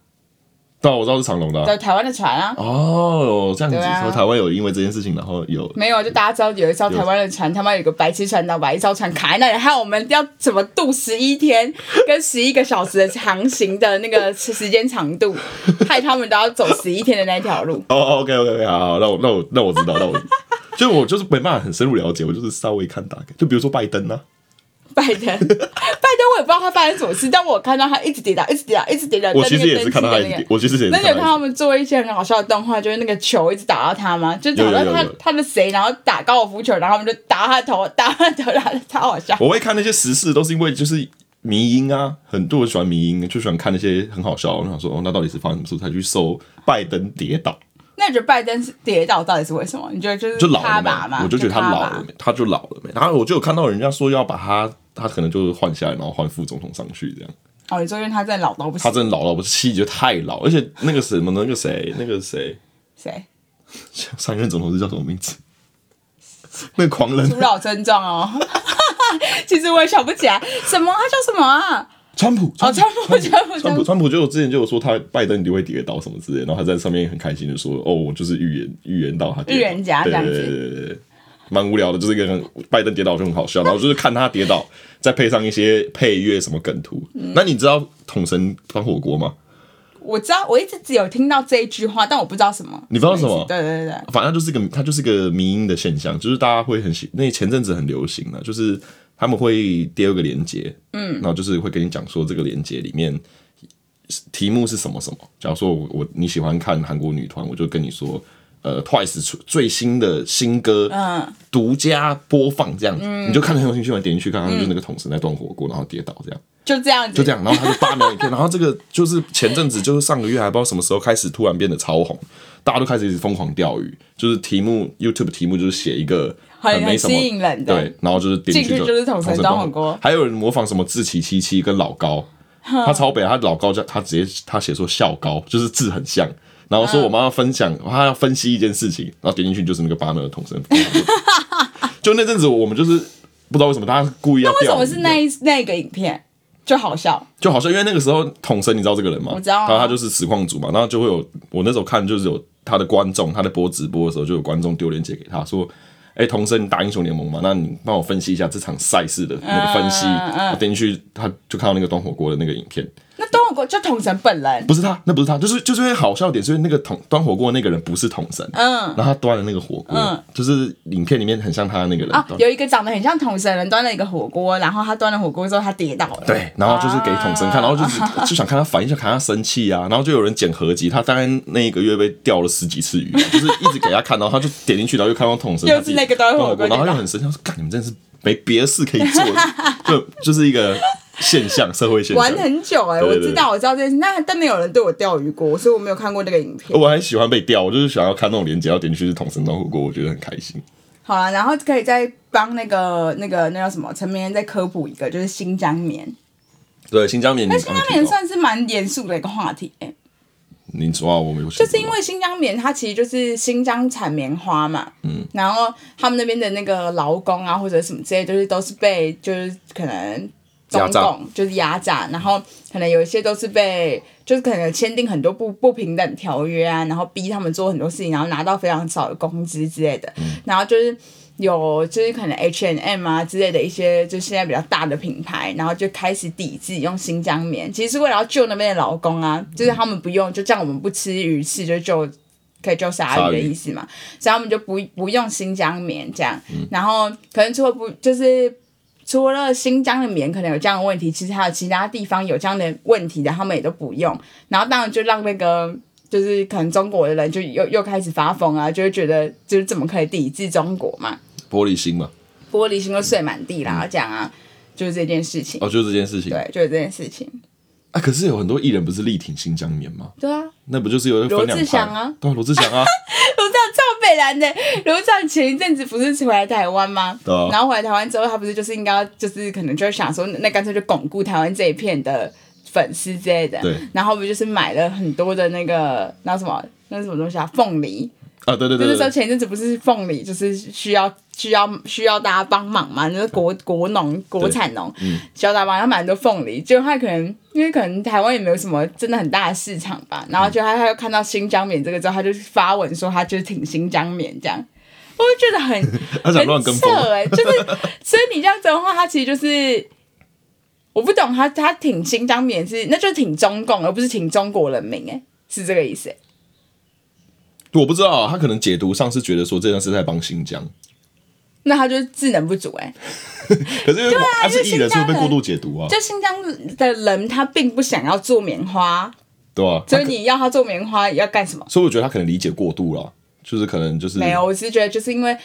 Speaker 1: 但我知道是长隆的啊、
Speaker 2: 对，台湾的船啊。
Speaker 1: 哦，这样子，
Speaker 2: 对啊
Speaker 1: 说台湾有因为这件事情，然后有
Speaker 2: 没有，就大家知道有一艘台湾的船，他妈有个白痴船长把一艘船卡在那里，还有我们要怎么度十一天跟十一个小时的航行的那个时间长度，害他们都要走十一天的那条路。
Speaker 1: 哦，OK OK OK，好好，那我那我那我知道，那 我就我就是没办法很深入了解，我就是稍微看大概，就比如说拜登啊，
Speaker 2: 拜登，拜登，我也不知道他发生什么事，但我有看到他一直跌倒，一直跌倒，一直跌倒。
Speaker 1: 我其实也是看到他一
Speaker 2: 在那个
Speaker 1: 点，
Speaker 2: 灯
Speaker 1: 我其实也是
Speaker 2: 那
Speaker 1: 看
Speaker 2: 你有看到
Speaker 1: 到
Speaker 2: 他们做一些很好笑的动画，就是那个球一直打到他吗？就打到
Speaker 1: 有有有
Speaker 2: 他
Speaker 1: 有
Speaker 2: 他的谁，然后打高尔夫球，然后他们就打他的头，打他的头，打他超好笑。
Speaker 1: 我会看那些时事，都是因为就是迷音啊，很多人喜欢迷音，就喜欢看那些很好笑。我想说，哦，那到底是发生什么事才去搜拜登跌倒，
Speaker 2: 那你觉得拜登是跌倒到底是为什么？你觉得就是
Speaker 1: 就老
Speaker 2: 他
Speaker 1: 了
Speaker 2: 吧
Speaker 1: 嘛
Speaker 2: 嘛？，
Speaker 1: 我就觉得他
Speaker 2: 吧
Speaker 1: 老了没，他就老了没。然后我就有看到人家说要把他，他可能就是换下来，然后换副总统上去这样。
Speaker 2: 哦，你说因为他真的老到不
Speaker 1: 他
Speaker 2: 行。
Speaker 1: 真的老了，我气就太老，而且那个什么，那个谁，那个谁，
Speaker 2: 谁？
Speaker 1: 上一任总统是叫什么名字？ 那个狂人
Speaker 2: 不，老症状哦。其实我也想不起来，什么他叫什么啊？
Speaker 1: 川普，
Speaker 2: 哦， 川普，川普，
Speaker 1: 川
Speaker 2: 川
Speaker 1: 普，
Speaker 2: 普。
Speaker 1: 川普就有之前就有说他拜登一定会跌倒什么之类的，然后他在上面很开心的说：“哦，我就是预言预言到他跌倒
Speaker 2: 预言家
Speaker 1: 对
Speaker 2: 这样子
Speaker 1: 对对对对，蛮无聊的，就是一个很拜登跌倒就很好笑，然后就是看他跌倒，再配上一些配乐什么梗图。
Speaker 2: 嗯
Speaker 1: 那你知道桶神翻火锅吗？
Speaker 2: 我知道，我一直只有听到这一句话，但我不知道什么。
Speaker 1: 你不知道什么
Speaker 2: 对对对对，
Speaker 1: 反正就是个，它就是个迷音的现象，就是大家会很喜，那前阵子很流行的，就是他们会丢个连接，嗯，然后就是会跟你讲说这个连接里面题目是什么什么。假如说我我你喜欢看韩国女团，我就跟你说，呃，Twice 出最新的新歌，嗯，独家播放这样子，你就看得很有兴趣嘛，点进去看，他们就是那个同事在端火锅，然后跌倒这样。
Speaker 2: 就这样子。
Speaker 1: 就这样，然后他就八秒影片，然后这个就是前阵子，就是上个月还不知道什么时候开始突然变得超红，大家都开始一直疯狂钓鱼，就是题目 YouTube 题目就是写一个
Speaker 2: 很
Speaker 1: 没什么
Speaker 2: 很吸引人的
Speaker 1: 对，然后就是点进
Speaker 2: 进去就是桶神
Speaker 1: 桶
Speaker 2: 端火锅
Speaker 1: 还有人模仿什么志崎七七跟老高，他超北，他老高叫他直接他写说笑高，就是字很像。然后
Speaker 2: 嗯
Speaker 1: 说我妈要分享，她要分析一件事情，然后点进去就是那个八秒的桶神。 就那阵子我们就是不知道为什么大家故意要
Speaker 2: 为什
Speaker 1: 钓鱼
Speaker 2: 么是那一那个影片就好笑？
Speaker 1: 就好像因为那个时候统神，你知道这个人吗？
Speaker 2: 我知道
Speaker 1: 然
Speaker 2: 啊
Speaker 1: 后他就是实况组嘛，然后就会有我那时候看就是有他的观众，他在播直播的时候就有观众丢链接给他说。哎，童生，你打英雄联盟嘛？那你帮我分析一下这场赛事的那个分析。啊
Speaker 2: 嗯嗯嗯
Speaker 1: 我点进去，他就看到那个端火锅的那个影片，
Speaker 2: 那端火锅就统神本人，
Speaker 1: 不是他，那不是他，就是就是因为好笑点，所以那个桶端火锅的那个人不是桶神，
Speaker 2: 嗯。
Speaker 1: 然后他端的那个火锅，
Speaker 2: 嗯
Speaker 1: 就是影片里面很像他的那个人
Speaker 2: 啊
Speaker 1: 端，，
Speaker 2: 有一个长得很像统神人端了一个火锅，然后他端了火锅之后他跌倒了。
Speaker 1: 对，然后就是给统神
Speaker 2: 啊
Speaker 1: 看，然后就是 就想看他反应，想看他生气啊，然后就有人剪合集，他大概那一个月被钓了十几次鱼，就是一直给他看，然后他就点进去，然后又看到统神，
Speaker 2: 又是
Speaker 1: 他自己
Speaker 2: 那个端火锅
Speaker 1: 火锅，然后他就很生气，他说：“干，你们真的是没别的事可以 做，就就是一个现象，社会现象
Speaker 2: 玩。”很久哎、
Speaker 1: 对
Speaker 2: 我
Speaker 1: 对对
Speaker 2: 知道我知道这件事，但但没有人对我钓鱼过，所以我没有看过那个影片。
Speaker 1: 我还喜欢被钓，我就是想要看那种连接，要点进去是统神端火锅，我觉得很开心。
Speaker 2: 好了，然后可以再帮那个那个那叫什么陈明恩再科普一个，就是新疆棉。
Speaker 1: 对，新疆棉，你
Speaker 2: 新疆棉算是蛮严肃的一个话题、欸，
Speaker 1: 你说啊，我没有，
Speaker 2: 就
Speaker 1: 就是
Speaker 2: 因为新疆棉它其实就是新疆产棉花嘛，嗯，然后他们那边的那个劳工啊或者什么之类，就是都是被就是可能
Speaker 1: 压
Speaker 2: 中
Speaker 1: 榨
Speaker 2: 共就是压榨，然后可能有一些都是被就是可能签订很多不不平等条约啊，然后逼他们做很多事情，然后拿到非常少的工资之类的，
Speaker 1: 嗯
Speaker 2: 然后就是。有就是可能 H and M 啊之类的一些，就现在比较大的品牌，然后就开始抵制用新疆棉，其实是为了要救那边的劳工啊，就是他们不用，就这样我们不吃鱼翅就救，可以救鲨
Speaker 1: 鲨
Speaker 2: 鱼的
Speaker 1: 鱼
Speaker 2: 意思嘛，所以他们就不不用新疆棉这样，然后可能除了不就是除了新疆的棉可能有这样的问题，其实还有其他地方有这样的问题的，他们也都不用。然后当然就让那个就是可能中国的人就又又开始发疯啊，就会觉得就是怎么可以抵制中国嘛？
Speaker 1: 玻璃心嘛，
Speaker 2: 玻璃心都碎满地啦，这样啊，就是这件事情。
Speaker 1: 嗯哦，就是这件事情。
Speaker 2: 对，就是这件事情。
Speaker 1: 啊，可是有很多艺人不是力挺新疆棉吗？
Speaker 2: 对啊，
Speaker 1: 那不就是有人分两
Speaker 2: 罗志祥啊？
Speaker 1: 对啊，罗志祥啊，
Speaker 2: 卢照赵北兰的 卢照前一阵子不是回来台湾吗？
Speaker 1: 对啊
Speaker 2: 然后回来台湾之后，他不是就是应该要就是可能就是想说，那干脆就巩固台湾这一片的粉丝之类的。
Speaker 1: 对
Speaker 2: 然后不就是买了很多的那个那什么那是什么东西啊，凤梨。
Speaker 1: 啊，对对
Speaker 2: 就
Speaker 1: 对
Speaker 2: 是
Speaker 1: 对
Speaker 2: 说
Speaker 1: 对，
Speaker 2: 前一阵子不是凤梨就是需要需要需要大家帮忙嘛，就是国国农国产农
Speaker 1: 嗯
Speaker 2: 需要大家帮忙，他买很多凤梨，结果他可能因为可能台湾也没有什么真的很大的市场吧，
Speaker 1: 嗯
Speaker 2: 然后就他他又看到新疆棉这个之后，他就发文说他就是挺新疆棉这样。我就觉 得很
Speaker 1: 他想乱
Speaker 2: 很
Speaker 1: 跟
Speaker 2: 扯
Speaker 1: 风，
Speaker 2: 哎、就是所以你这样子的话，他其实就是我不懂他他挺新疆棉是那就是挺中共，而不是挺中国人民哎、是这个意思、欸。
Speaker 1: 我不知道啊，他可能解读上是觉得说这件事在帮新疆，
Speaker 2: 那他就是智能不足哎、
Speaker 1: 可是因为他是艺人，
Speaker 2: 啊因为新
Speaker 1: 所以
Speaker 2: 疆
Speaker 1: 被
Speaker 2: 人
Speaker 1: 过度解读啊，
Speaker 2: 就新疆的人，他并不想要做棉花，
Speaker 1: 对吧？
Speaker 2: 所以
Speaker 1: 他可
Speaker 2: 你要他做棉花要干什么？
Speaker 1: 所以我觉得他可能理解过度了，就是可能就是
Speaker 2: 没有，我是觉得就是因为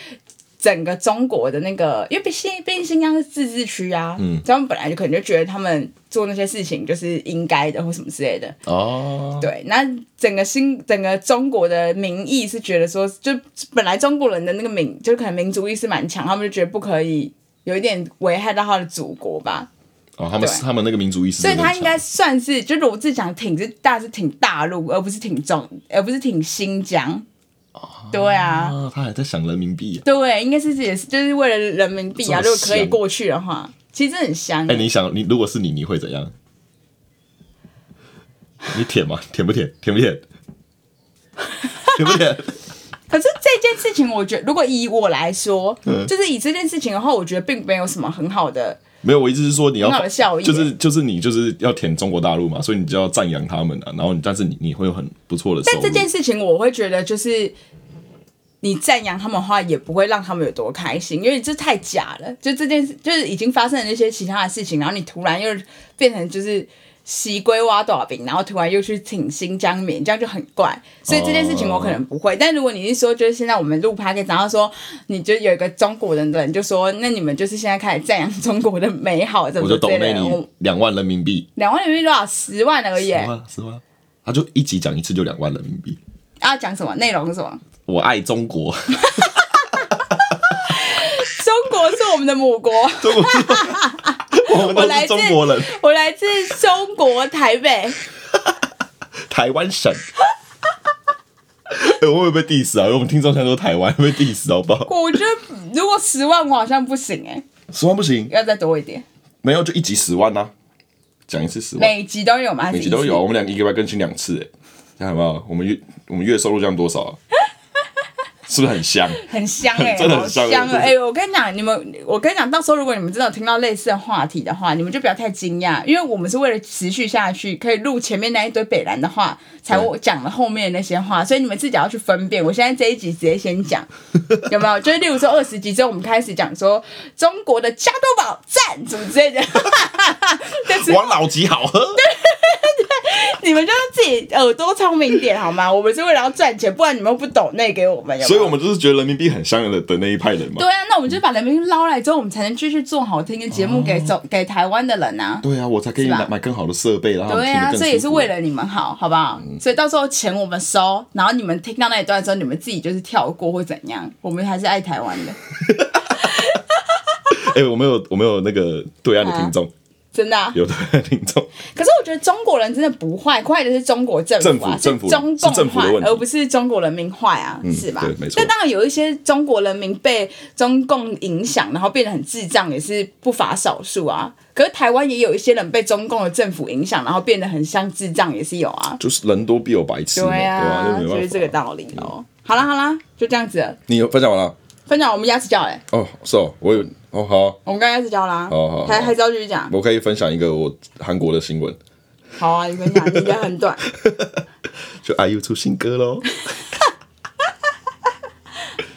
Speaker 2: 整个中国的那个，因为毕竟毕竟新疆是自治区啊，嗯，他们本来就可能就觉得他们做那些事情就是应该的或什么之类的，
Speaker 1: 哦，
Speaker 2: 对，那整个新整个中国的民意是觉得说，就本来中国人的那个民，就可能民族意识蛮强，他们就觉得不可以。有一点危害到他的祖国吧，
Speaker 1: 哦，他们
Speaker 2: 对
Speaker 1: 他们那个民族意识
Speaker 2: 所
Speaker 1: 真
Speaker 2: 以
Speaker 1: 的很强，
Speaker 2: 他应该算是，就罗志祥挺是大是挺大陆，而不是挺中，而不是挺新疆。
Speaker 1: 哦
Speaker 2: 对啊，
Speaker 1: 啊，他还在想人民币啊，
Speaker 2: 对，应该是也是就是为了人民币啊，
Speaker 1: 这
Speaker 2: 如
Speaker 1: 么
Speaker 2: 果可以
Speaker 1: 香
Speaker 2: 过去的话，其实真的很香欸
Speaker 1: 哎，。你想你如果是你，你会怎样？你舔吗？舔不舔？舔不舔？舔不舔？
Speaker 2: 可是这件事情，我觉得如果以我来说，
Speaker 1: 嗯
Speaker 2: 就是以这件事情的话，我觉得并没有什么很好的。
Speaker 1: 没有，我意思是说你要
Speaker 2: 很好的效益
Speaker 1: 就是就是你就是要舔中国大陆嘛，所以你就要赞扬他们啊，然后你但是你你会有很不错的收
Speaker 2: 但
Speaker 1: 入。
Speaker 2: 这件事情，我会觉得就是你赞扬他们的话，也不会让他们有多开心，因为这太假了。就这件事，就是已经发生了那些其他的事情，然后你突然又变成就是西龟挖大饼，然后突然又去挺新疆棉，这样就很怪。所以这件事情我可
Speaker 1: 哦
Speaker 2: 能不会。但如果你是说，就是现在我们录 p o d c 然后说你就有一个中国人的人就说，那你们就是现在开始赞扬中国的美好，怎
Speaker 1: 我
Speaker 2: 么
Speaker 1: 就
Speaker 2: 之
Speaker 1: 抖
Speaker 2: 类
Speaker 1: 内
Speaker 2: 的。
Speaker 1: 你
Speaker 2: 我
Speaker 1: 两万人民币，
Speaker 2: 两万人民币多少？十万而已
Speaker 1: 十。万十万，他就一集讲一次就两万人民币。
Speaker 2: 要啊讲什么？内容是什么？
Speaker 1: 我爱中 国，
Speaker 2: 中国是我们的母国。
Speaker 1: 中国是，我们都
Speaker 2: 我来
Speaker 1: 是
Speaker 2: 自
Speaker 1: 中国人，
Speaker 2: 我来自中国台北，
Speaker 1: 台湾省。 哎我会不会被 diss 啊？因为我们听众现在都台湾，会被 diss 好不好？
Speaker 2: 我觉得如果十万我好像不行哎、
Speaker 1: 十万不行，
Speaker 2: 要再多一点。
Speaker 1: 没有就一集十万呐、啊讲一次十万。
Speaker 2: 每集都有吗？
Speaker 1: 每集都有啊，我欸们两个一个礼拜更新两次，哎，这样好不好？我们月我们月收入这样多少啊？ 是不是很 香？
Speaker 2: 很香哎、
Speaker 1: 真的很
Speaker 2: 好
Speaker 1: 香欸
Speaker 2: 香
Speaker 1: 真的
Speaker 2: 哎、我跟你讲，你们，我跟你讲，到时候如果你们真的有听到类似的话题的话，你们就不要太惊讶，因为我们是为了持续下去，可以录前面那一堆北兰的话，才
Speaker 1: 对
Speaker 2: 我讲了后面那些
Speaker 1: 嗯
Speaker 2: 话，所以你们自己要去分辨。我现在这一集直接先讲，有没有？就是例如说二十集之后，我们开始讲说中国的加多宝赞什么之类的，
Speaker 1: 王老吉好喝，
Speaker 2: 你们就是自己耳朵聪明一点 好吗？我们是为了要赚钱，不然你们又不懂那给我们，有没有
Speaker 1: 所以我们就是觉得人民币很香的的那一派人嘛
Speaker 2: 对。啊，那我们就把人民币捞来之后，我们才能继续做好听的节目
Speaker 1: 嗯
Speaker 2: 给走、给台湾的人啊。
Speaker 1: 对啊，我才可以
Speaker 2: 是吧
Speaker 1: 买买更好的设备，然后
Speaker 2: 对
Speaker 1: 听得
Speaker 2: 啊，
Speaker 1: 更
Speaker 2: 这也
Speaker 1: 舒
Speaker 2: 是
Speaker 1: 服嗯
Speaker 2: 为了你们好，好不好？所以到时候钱我们收，然后你们听到那一段的时候，你们自己就是跳过或怎样，我们还是爱台湾的，
Speaker 1: 哎、我们有我们有那个对岸的听众，
Speaker 2: 真的、啊。
Speaker 1: 有对岸的听众，
Speaker 2: 可是我觉得中国人真的不坏，坏的是中国政府啊，
Speaker 1: 政府
Speaker 2: 是
Speaker 1: 政府
Speaker 2: 中共
Speaker 1: 是政府的
Speaker 2: 坏
Speaker 1: 问，题嗯
Speaker 2: 而不是中国人民坏啊，是吧？
Speaker 1: 对没错
Speaker 2: 但当然有一些中国人民被中共影响，然后变得很智障，也是不乏少数啊。可是台湾也有一些人被中共的政府影响，然后变得很像智障，也是有啊。
Speaker 1: 就是人多必有白痴嘛，对吧、
Speaker 2: 啊，
Speaker 1: 就没
Speaker 2: 就
Speaker 1: 办法。
Speaker 2: 是这个道理哦。好啦好啦，就这样子了。
Speaker 1: 你有分享完了？
Speaker 2: 分享我们牙齿角嘞，
Speaker 1: 哦，是哦，我有哦，好，
Speaker 2: 欸我们刚刚牙齿角啦，
Speaker 1: 好好好
Speaker 2: 还还是要继续讲。
Speaker 1: 我可以分享一个我韩国的新闻，
Speaker 2: 好啊，你分享，你的很短。
Speaker 1: 就 IU 出新歌 喽。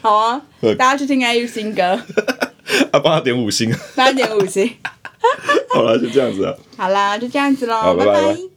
Speaker 2: 好 啊
Speaker 1: 呃，
Speaker 2: 大家去听 IU 新歌，
Speaker 1: 啊，帮他点五星。
Speaker 2: 八点五星。
Speaker 1: 好了，就这样子啊。
Speaker 2: 好啦，就这样子
Speaker 1: 好
Speaker 2: 喽，
Speaker 1: 拜拜
Speaker 2: 拜
Speaker 1: 拜